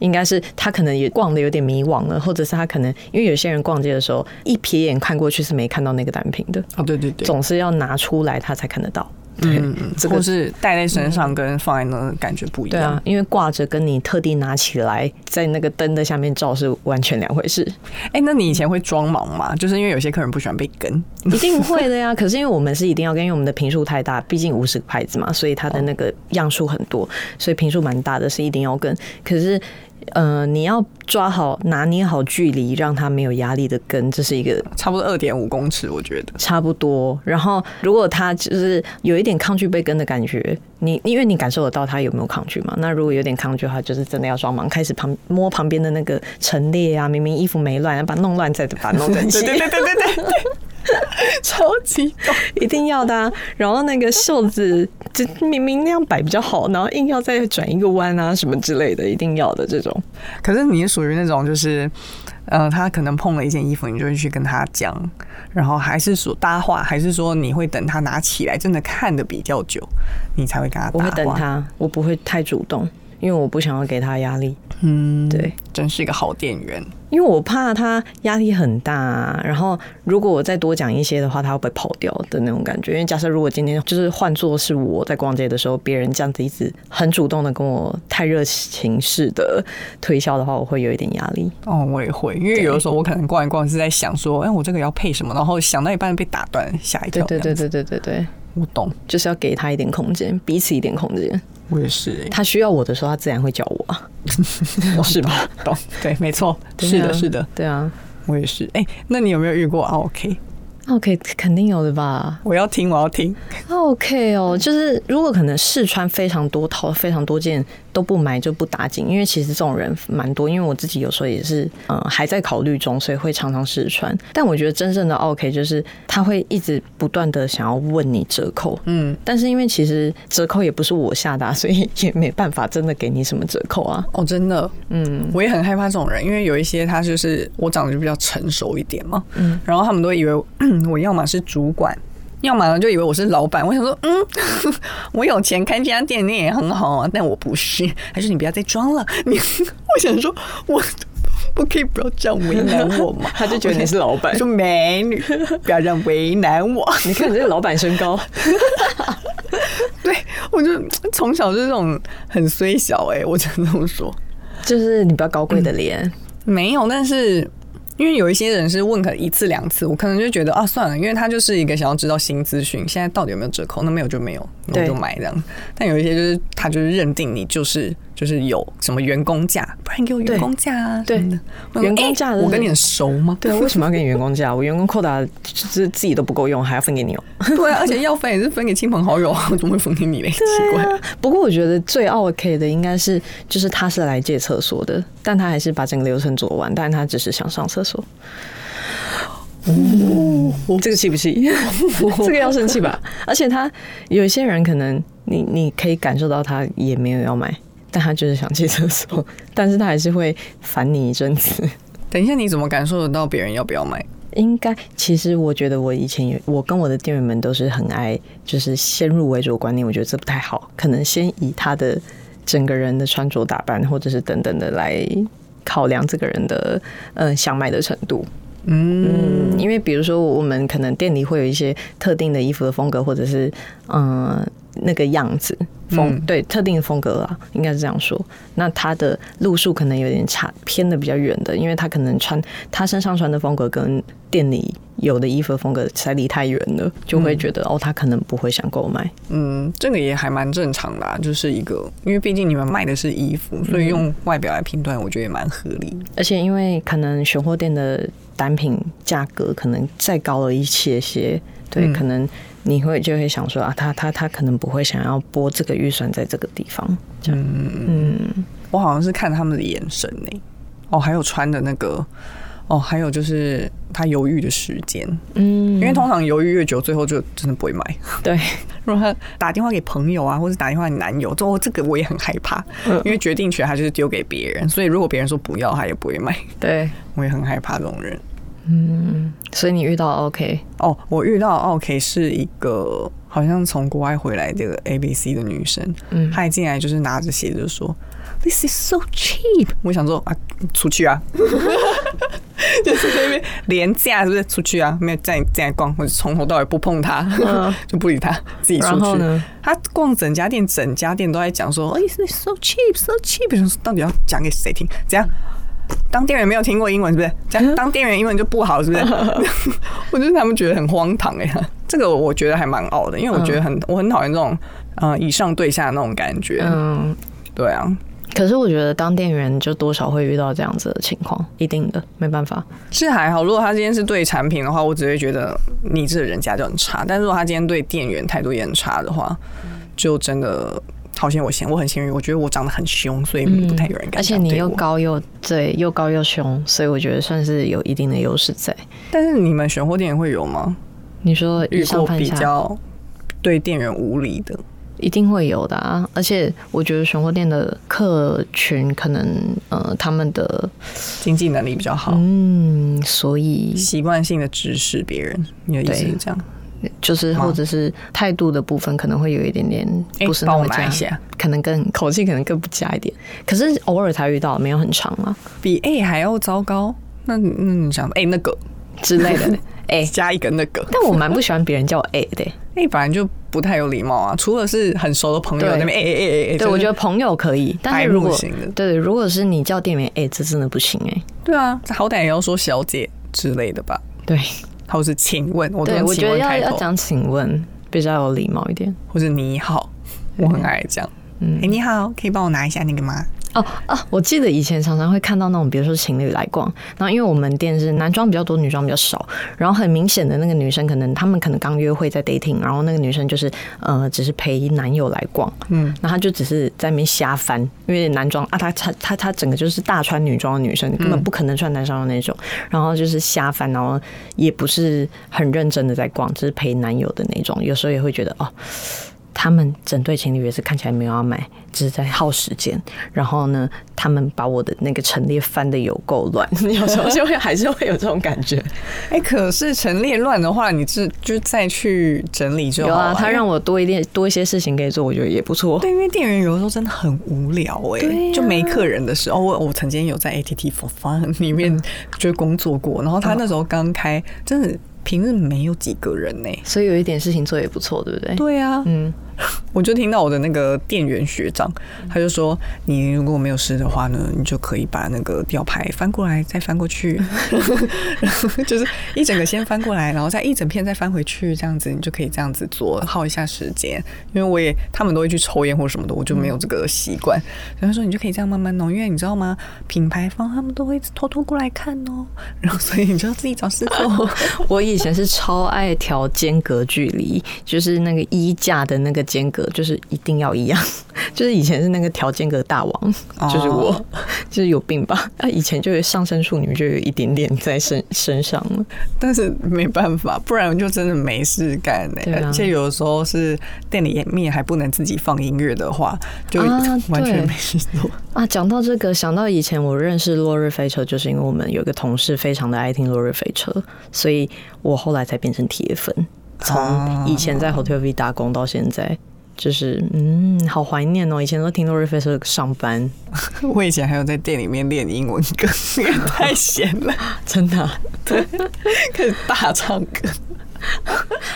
[SPEAKER 2] 应该是他可能也逛的有点迷惘了，或者是他可能因为有些人逛街的时候一瞥眼看过去是没看到那个单品的，
[SPEAKER 3] 哦，对对对，
[SPEAKER 2] 总是要拿出来他才看得到。对，
[SPEAKER 3] 嗯，嗯
[SPEAKER 2] 这个嗯
[SPEAKER 3] 或是带在身上跟放在那感觉不一
[SPEAKER 2] 对
[SPEAKER 3] 样
[SPEAKER 2] 啊。，因为挂着跟你特地拿起来在那个灯的下面照是完全两回事，
[SPEAKER 3] 哎、那你以前会装忙吗？就是因为有些客人不喜欢被跟，
[SPEAKER 2] 一定会的呀。可是因为我们是一定要跟，因为我们的瓶数太大，毕竟五十个牌子嘛，所以它的那个样数很多，所以瓶数蛮大的，是一定要跟。可是，呃，你要抓好、拿捏好距离，让它没有压力的跟，这是一个
[SPEAKER 3] 差不多二点五公尺，我觉得。
[SPEAKER 2] 差不多。然后，如果他就是有一点抗拒被跟的感觉，你因为你感受得到他有没有抗拒嘛？那如果有点抗拒的话，就是真的要装忙，开始旁摸旁边的那个陈列啊，明明衣服没乱，把它弄乱再把它弄整 齐。
[SPEAKER 3] 对对对对对对对，超级懂。
[SPEAKER 2] 一定要的、啊。然后那个袖子就明明那样摆比较好，然后硬要再转一个弯啊什么之类的，一定要的这种。
[SPEAKER 3] 可是你是属于那种就是，呃，他可能碰了一件衣服，你就会去跟他讲，然后还是说搭话，还是说你会等他拿起来，真的看的比较久，你才会跟他搭
[SPEAKER 2] 我
[SPEAKER 3] 话。
[SPEAKER 2] 会等，他，我不会太主动，因为我不想要给他压力。
[SPEAKER 3] 嗯，
[SPEAKER 2] 对，
[SPEAKER 3] 真是一个好店员。
[SPEAKER 2] 因为我怕他压力很大、啊，然后如果我再多讲一些的话，他会被跑掉的那种感觉。因为假设如果今天就是换作是我在逛街的时候，别人这样子一直很主动的跟我太热情式的推销的话，我会有一点压力。
[SPEAKER 3] 哦，我也会，因为有的时候我可能逛一逛是在想说，哎、我这个要配什么，然后想到一半被打断，吓一
[SPEAKER 2] 对
[SPEAKER 3] 跳。
[SPEAKER 2] 对对
[SPEAKER 3] 这样子，
[SPEAKER 2] 对对对对，
[SPEAKER 3] 我懂，
[SPEAKER 2] 就是要给他一点空间，彼此一点空间。
[SPEAKER 3] 我也是、哎
[SPEAKER 2] 他需要我的时候，他自然会叫我啊， 是吧？
[SPEAKER 3] 懂，对，没错，
[SPEAKER 2] 对啊
[SPEAKER 3] 是的，是的，
[SPEAKER 2] 对啊
[SPEAKER 3] 我也是。哎、那你有没有遇过哦 OK？
[SPEAKER 2] ，OK，肯定有的吧
[SPEAKER 3] 我要听，我要听。
[SPEAKER 2] ？OK 哦，就是如果可能试穿非常多套、非常多件都不买就不打紧，因为其实这种人蛮多，因为我自己有时候也是嗯、呃还在考虑中，所以会常常试穿。但我觉得真正的 OK 就是他会一直不断的想要问你折扣，
[SPEAKER 3] 嗯，
[SPEAKER 2] 但是因为其实折扣也不是我下达，所以也没办法真的给你什么折扣啊。
[SPEAKER 3] 哦，真的，
[SPEAKER 2] 嗯，
[SPEAKER 3] 我也很害怕这种人，因为有一些他就是我长得就比较成熟一点嘛，嗯，然后他们都以为 我要么是主管，要么呢就以为我是老板。我想说，嗯， 我有钱开这家店你也很好啊，但我不是。还是你不要再装了， 你我想说，我我可以不要这样为难我吗
[SPEAKER 2] ？他就觉得你是老板
[SPEAKER 3] 我，说美女，不要这样为难我。
[SPEAKER 2] 你看你这老板身高，
[SPEAKER 3] 对我就从小就是这种很虽小哎、我只能这么说。
[SPEAKER 2] 就是你不要高贵的脸，
[SPEAKER 3] 没有，但是因为有一些人是问可一次两次，我可能就觉得啊算了，因为他就是一个想要知道新资讯，现在到底有没有折扣，那没有就没有，那
[SPEAKER 2] 对
[SPEAKER 3] 我就买这样。但有一些就是他就是认定你就是就是有什么员工价，不然给我员工价啊
[SPEAKER 2] 对
[SPEAKER 3] 什么的。我想说
[SPEAKER 2] 员工价
[SPEAKER 3] 欸
[SPEAKER 2] 真的
[SPEAKER 3] 我跟你很熟吗？
[SPEAKER 2] 对，啊为什么要给你员工价？我 员工扣打就是自己都不够用，还要分给你哦。
[SPEAKER 3] 对啊，而且要分也是分给亲朋好友啊，我怎么会分给你嘞？奇怪。
[SPEAKER 2] 啊不过我觉得最 OK 的应该是，就是他是来借厕所的，但他还是把整个流程做完，但他只是想上厕所。哦这个气不气？ 这个要生气吧？而且他有一些人可能你你可以感受到他也没有要买，但他就是想借厕所，但是他还是会烦你一阵子。
[SPEAKER 3] 等一下，你怎么感受得到别人要不要买？
[SPEAKER 2] 应该，其实我觉得我以前有，我跟我的店员们都是很爱，就是先入为主的观念，我觉得这不太好，可能先以他的整个人的穿着打扮，或者是等等的来考量这个人的嗯、呃想买的程度。嗯，因为比如说我们可能店里会有一些特定的衣服的风格，或者是嗯、呃那个样子风、
[SPEAKER 3] 嗯
[SPEAKER 2] 对特定的风格啊，应该是这样说。那他的路数可能有点差，偏的比较远的，因为他可能穿他身上穿的风格跟店里有的衣服的风格才离太远了，就会觉得、哦，他可能不会想购买。
[SPEAKER 3] 嗯，这个也还蛮正常的、啊，就是一个，因为毕竟你们卖的是衣服，所以用外表来评断，我觉得也蛮合理的。
[SPEAKER 2] 而且因为可能选货店的单品价格可能再高了一些些，对，
[SPEAKER 3] 嗯
[SPEAKER 2] 可能你会就会想说啊，他他他可能不会想要拨这个预算在这个地方，这样，嗯，
[SPEAKER 3] 我好像是看他们的眼神呢、哦，还有穿的那个，哦，还有就是他犹豫的时间，
[SPEAKER 2] 嗯
[SPEAKER 3] 因为通常犹豫越久，最后就真的不会买。
[SPEAKER 2] 对，
[SPEAKER 3] 如果他打电话给朋友啊，或者打电话给男友，这哦这个我也很害怕，因为决定权他就是丢给别人，所以如果别人说不要，他也不会买。
[SPEAKER 2] 对，
[SPEAKER 3] 我也很害怕这种人。
[SPEAKER 2] 所以你遇到 OK，
[SPEAKER 3] 哦，我遇到 OK 是一个好像从国外回来的 ABC 的女生，
[SPEAKER 2] 嗯
[SPEAKER 3] 她一进来就是拿着鞋子就说 This is so cheap，我想说啊，出去啊， 就是那边廉价，是不是？出去啊，没有再再逛，我就从头到尾不碰她， 就不理她，自己出
[SPEAKER 2] 嗯然后
[SPEAKER 3] 去
[SPEAKER 2] 呢。
[SPEAKER 3] 她逛整家店，整家店都在讲说，哎、t h i s is so cheap，so cheap，我想说到底要讲给谁听？怎样？当店员没有听过英文是不是？这
[SPEAKER 2] 嗯
[SPEAKER 3] 样当店员英文就不好是不 是？我觉得他们觉得很荒唐哎、 这个我觉得还蛮傲的，因为我觉得很、我很讨厌这种呃以上对下的那种感觉。
[SPEAKER 2] 嗯，
[SPEAKER 3] 对啊，
[SPEAKER 2] 可是我觉得当店员就多少会遇到这样子的情况，一定的，没办法，
[SPEAKER 3] 是还好。如果他今天是对产品的话，我只会觉得你这人家就很差；但如果他今天对店员态度也很差的话，就真的好像我幸我很幸运，我觉得我长得很凶，所以嗯不太有人敢、
[SPEAKER 2] 嗯而且你又，高又对又高又凶，所以我觉得算是有一定的优势在。
[SPEAKER 3] 但是你们选货店会有吗？
[SPEAKER 2] 你说
[SPEAKER 3] 遇
[SPEAKER 2] 以
[SPEAKER 3] 过
[SPEAKER 2] 上犯
[SPEAKER 3] 比
[SPEAKER 2] 下
[SPEAKER 3] 较对店员无理的？
[SPEAKER 2] 一定会有的啊！而且我觉得选货店的客群可能呃，他们的
[SPEAKER 3] 经济能力比较好，
[SPEAKER 2] 嗯，所以
[SPEAKER 3] 习惯性的指使别人，你的意思
[SPEAKER 2] 对
[SPEAKER 3] 是这样？
[SPEAKER 2] 就是
[SPEAKER 3] 吗
[SPEAKER 2] 或者是态度的部分可能会有一点点
[SPEAKER 3] 诶
[SPEAKER 2] 不是那
[SPEAKER 3] 帮我
[SPEAKER 2] 么
[SPEAKER 3] 拿
[SPEAKER 2] 加，
[SPEAKER 3] 一下，
[SPEAKER 2] 可能更口气可能更不加一点。可是偶尔才遇到，没有很长啊
[SPEAKER 3] 比 A 还要糟糕。那那你想，哎、那个
[SPEAKER 2] 之类 的。哎、
[SPEAKER 3] 加一个那个
[SPEAKER 2] 但我蛮不喜欢别人叫我 A 的、
[SPEAKER 3] ，A 本来就不太有礼貌啊，除了是很熟的朋友
[SPEAKER 2] 对
[SPEAKER 3] 那边，哎哎哎哎，
[SPEAKER 2] 对，我觉
[SPEAKER 3] 得
[SPEAKER 2] 得朋友可以，但
[SPEAKER 3] 白
[SPEAKER 2] 是如
[SPEAKER 3] 目
[SPEAKER 2] 果
[SPEAKER 3] 型的，
[SPEAKER 2] 对，如果是你叫店员 A，这真的不行哎、
[SPEAKER 3] 对啊，好歹也要说小姐之类的吧，
[SPEAKER 2] 对，
[SPEAKER 3] 或是请问，我都
[SPEAKER 2] 对
[SPEAKER 3] 用
[SPEAKER 2] 我觉
[SPEAKER 3] 请
[SPEAKER 2] 得
[SPEAKER 3] 问
[SPEAKER 2] 要
[SPEAKER 3] 开
[SPEAKER 2] 要
[SPEAKER 3] 头，
[SPEAKER 2] 讲请问比较有礼貌一点。
[SPEAKER 3] 或是你好，我很爱这样。
[SPEAKER 2] 嗯
[SPEAKER 3] 哎、你好，可以帮我拿一下那个吗？
[SPEAKER 2] 哦啊！我记得以前常常会看到那种，比如说情侣来逛，然后因为我们店是男装比较多，女装比较少，然后很明显的那个女生可能他们可能刚约会在 dating，然后那个女生就是呃只是陪男友来逛，嗯，然后她就只是在那边瞎翻，因为男装啊，她她她她整个就是大穿女装的女生，根本不可能穿男装的那种，然后就是瞎翻，然后也不是很认真的在逛，只是陪男友的那种，有时候也会觉得哦，他们整对情侣也是看起来没有要买，只是在耗时间。然后呢，他们把我的那个陈列翻的有够乱， 有时候就会还是会有这种感觉。
[SPEAKER 3] 哎、可是陈列乱的话，你这就再去整理就 好
[SPEAKER 2] 有啊，他
[SPEAKER 3] 因为
[SPEAKER 2] 让我多一点多一些事情可以做，我觉得也不错。
[SPEAKER 3] 对，因为店员有的时候真的很无聊哎、
[SPEAKER 2] 对呀
[SPEAKER 3] 就没客人的时候，我我曾经有在 ATT for Fun 里
[SPEAKER 2] 嗯
[SPEAKER 3] 面就工作过，然后他那时候刚开，真的平日没有几个人呢、欸
[SPEAKER 2] 所以有一点事情做也不错，对不对？
[SPEAKER 3] 对啊，
[SPEAKER 2] 嗯，
[SPEAKER 3] 我就听到我的那个店员学长，他就说：“你如果没有湿的话呢，你就可以把那个吊牌翻过来，再翻 过去，然后就是一整个先翻过来，然后再一整片再翻回去，这样子你就可以这样子做，耗一下时间。因为我也他们都会去抽烟或什么的，我就没有这个习惯。
[SPEAKER 2] 嗯
[SPEAKER 3] 然后说你就可以这样慢慢弄，因为你知道吗？品牌方他们都会偷偷过来看哦，然后所以你就要自己找事 做。
[SPEAKER 2] 我以前是超爱调间隔距离，就是那个衣架的那个间隔，就是一定要一样。 就是以前是那个调间隔大王，就是我，
[SPEAKER 3] 哦
[SPEAKER 2] 就是有病吧？啊，以前就有上升处女就有一点点在身身上了。
[SPEAKER 3] 但是没办法，不然就真的没事干呢、
[SPEAKER 2] 对啊
[SPEAKER 3] 而且有的时候是店里面还不能自己放音乐的话，就
[SPEAKER 2] 啊
[SPEAKER 3] 完
[SPEAKER 2] 对
[SPEAKER 3] 全没事做。
[SPEAKER 2] 啊，讲到这个，想到以前我认识落日飞车，就是因为我们有一个同事非常的爱听落日飞车，所以我后来才变成铁粉。从以前在 Hotel V 打工到现在，就是嗯，好怀念哦！以前都听落日飞车上班，
[SPEAKER 3] 我以前还有在店里面练英文歌， 因为太闲了，
[SPEAKER 2] 真的啊、
[SPEAKER 3] 开始大唱歌。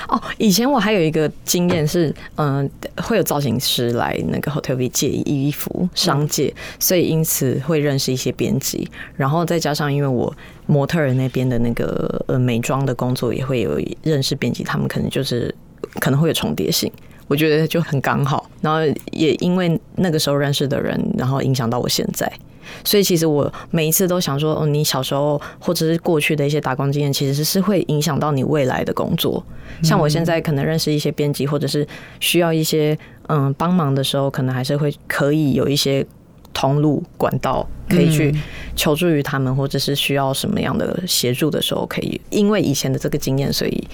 [SPEAKER 2] 哦。以前我还有一个经验是，嗯、会有造型师来那个 Hotel V 借衣服商借，所以因此会认识一些编辑，然后再加上因为我模特儿那边的那个呃美妆的工作也会有认识编辑，他们可能就是可能会有重叠性。我觉得就很刚好，然后也因为那个时候认识的人，然后影响到我现在，所以其实我每一次都想说，哦，你小时候或者是过去的一些打工经验，其实是是会影响到你未来的工作。
[SPEAKER 3] 嗯
[SPEAKER 2] 像我现在可能认识一些编辑，或者是需要一些嗯帮忙的时候，可能还是会可以有一些通路管道可
[SPEAKER 3] 嗯
[SPEAKER 2] 以去求助于他们，或者是需要什么样的协助的时候，可以因为以前的这个经验，所以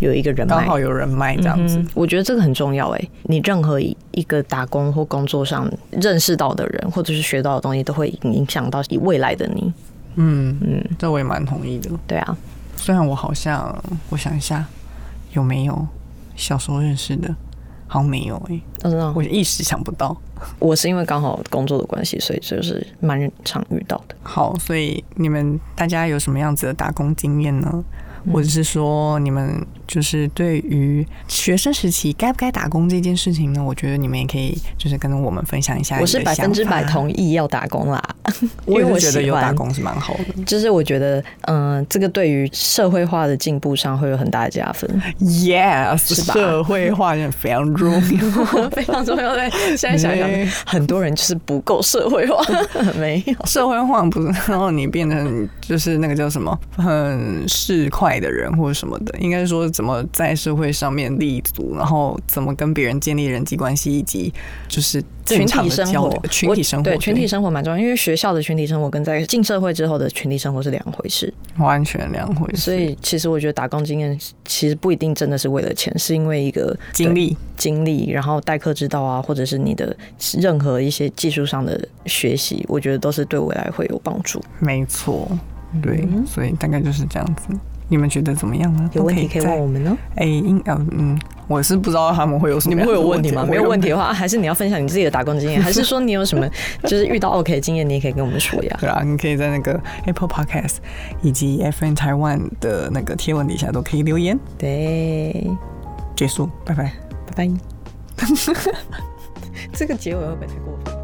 [SPEAKER 2] 有一个人
[SPEAKER 3] 刚
[SPEAKER 2] 脉。
[SPEAKER 3] 好有人卖这样子。
[SPEAKER 2] 嗯，我觉得这个很重要哎、你任何一个打工或工作上认识到的人，或者是学到的东西，都会影响到你未来的你。
[SPEAKER 3] 嗯
[SPEAKER 2] 嗯
[SPEAKER 3] 嗯，这我也蛮同意的。
[SPEAKER 2] 对啊，
[SPEAKER 3] 虽然我好像，我想一下，有没有小时候认识的？好像没有诶、
[SPEAKER 2] 我知道
[SPEAKER 3] 我，一时想不到。
[SPEAKER 2] 我是因为刚好工作的关系，所以就是蛮常遇到的。
[SPEAKER 3] 好，所以你们大家有什么样子的打工经验呢？
[SPEAKER 2] 嗯
[SPEAKER 3] 或者是说，你们就是对于学生时期该不该打工这件事情呢？我觉得你们也可以就是跟我们分享一下。
[SPEAKER 2] 我是百分之百，同意要打工啦， 因
[SPEAKER 3] 因为
[SPEAKER 2] 为
[SPEAKER 3] 我
[SPEAKER 2] 我
[SPEAKER 3] 觉得
[SPEAKER 2] 喜
[SPEAKER 3] 有
[SPEAKER 2] 欢
[SPEAKER 3] 打工是蛮好的。
[SPEAKER 2] 就是我觉得，嗯、这个对于社会化的进步上会有很大的加 分，
[SPEAKER 3] Yes，
[SPEAKER 2] 是吧
[SPEAKER 3] 社会化也非常重要。
[SPEAKER 2] 非常重要。对，现在想一想
[SPEAKER 3] 对，
[SPEAKER 2] 很多人就是不够社会化， 没有。
[SPEAKER 3] 社会化不是让你变成就是那个叫什么很市侩的人或者什么的，应该是说怎么在社会上面立足，然后怎么跟别人建立人际关系，以及就是
[SPEAKER 2] 群
[SPEAKER 3] 正常
[SPEAKER 2] 体
[SPEAKER 3] 的
[SPEAKER 2] 生
[SPEAKER 3] 交
[SPEAKER 2] 活
[SPEAKER 3] 流、，群体
[SPEAKER 2] 我
[SPEAKER 3] 生活，
[SPEAKER 2] 对群体生活蛮重要，因为学校的群体生活跟在进社会之后的群体生活是两回事。
[SPEAKER 3] 完全两回事。
[SPEAKER 2] 所以其实我觉得打工经验其实不一定真的是为了钱，是因为一个对
[SPEAKER 3] 经历
[SPEAKER 2] 经历，然后待客之道啊，或者是你的任何一些技术上的学习，我觉得都是对未来会有帮助。
[SPEAKER 3] 没错，对，所以大概就是这样子。你们觉得怎么样呢？
[SPEAKER 2] 有问题可以问
[SPEAKER 3] 在
[SPEAKER 2] 我们呢？
[SPEAKER 3] 哎，应嗯嗯，我是不知道他们会有什 么
[SPEAKER 2] 你
[SPEAKER 3] 样
[SPEAKER 2] 们
[SPEAKER 3] 的
[SPEAKER 2] 会有问题吗？
[SPEAKER 3] 我
[SPEAKER 2] 没有问题的话，还是你要分享你自己的打工经验，还是说你有什么就是遇到 OK 的经验，你也可以跟我们说 呀？
[SPEAKER 3] 对啊，你可以在那个 Apple Podcast 以及 FN Taiwan 的那个贴文底下都可以留言。
[SPEAKER 2] 对，
[SPEAKER 3] 结束，拜拜。
[SPEAKER 2] 拜拜。这个结尾会不会太过分？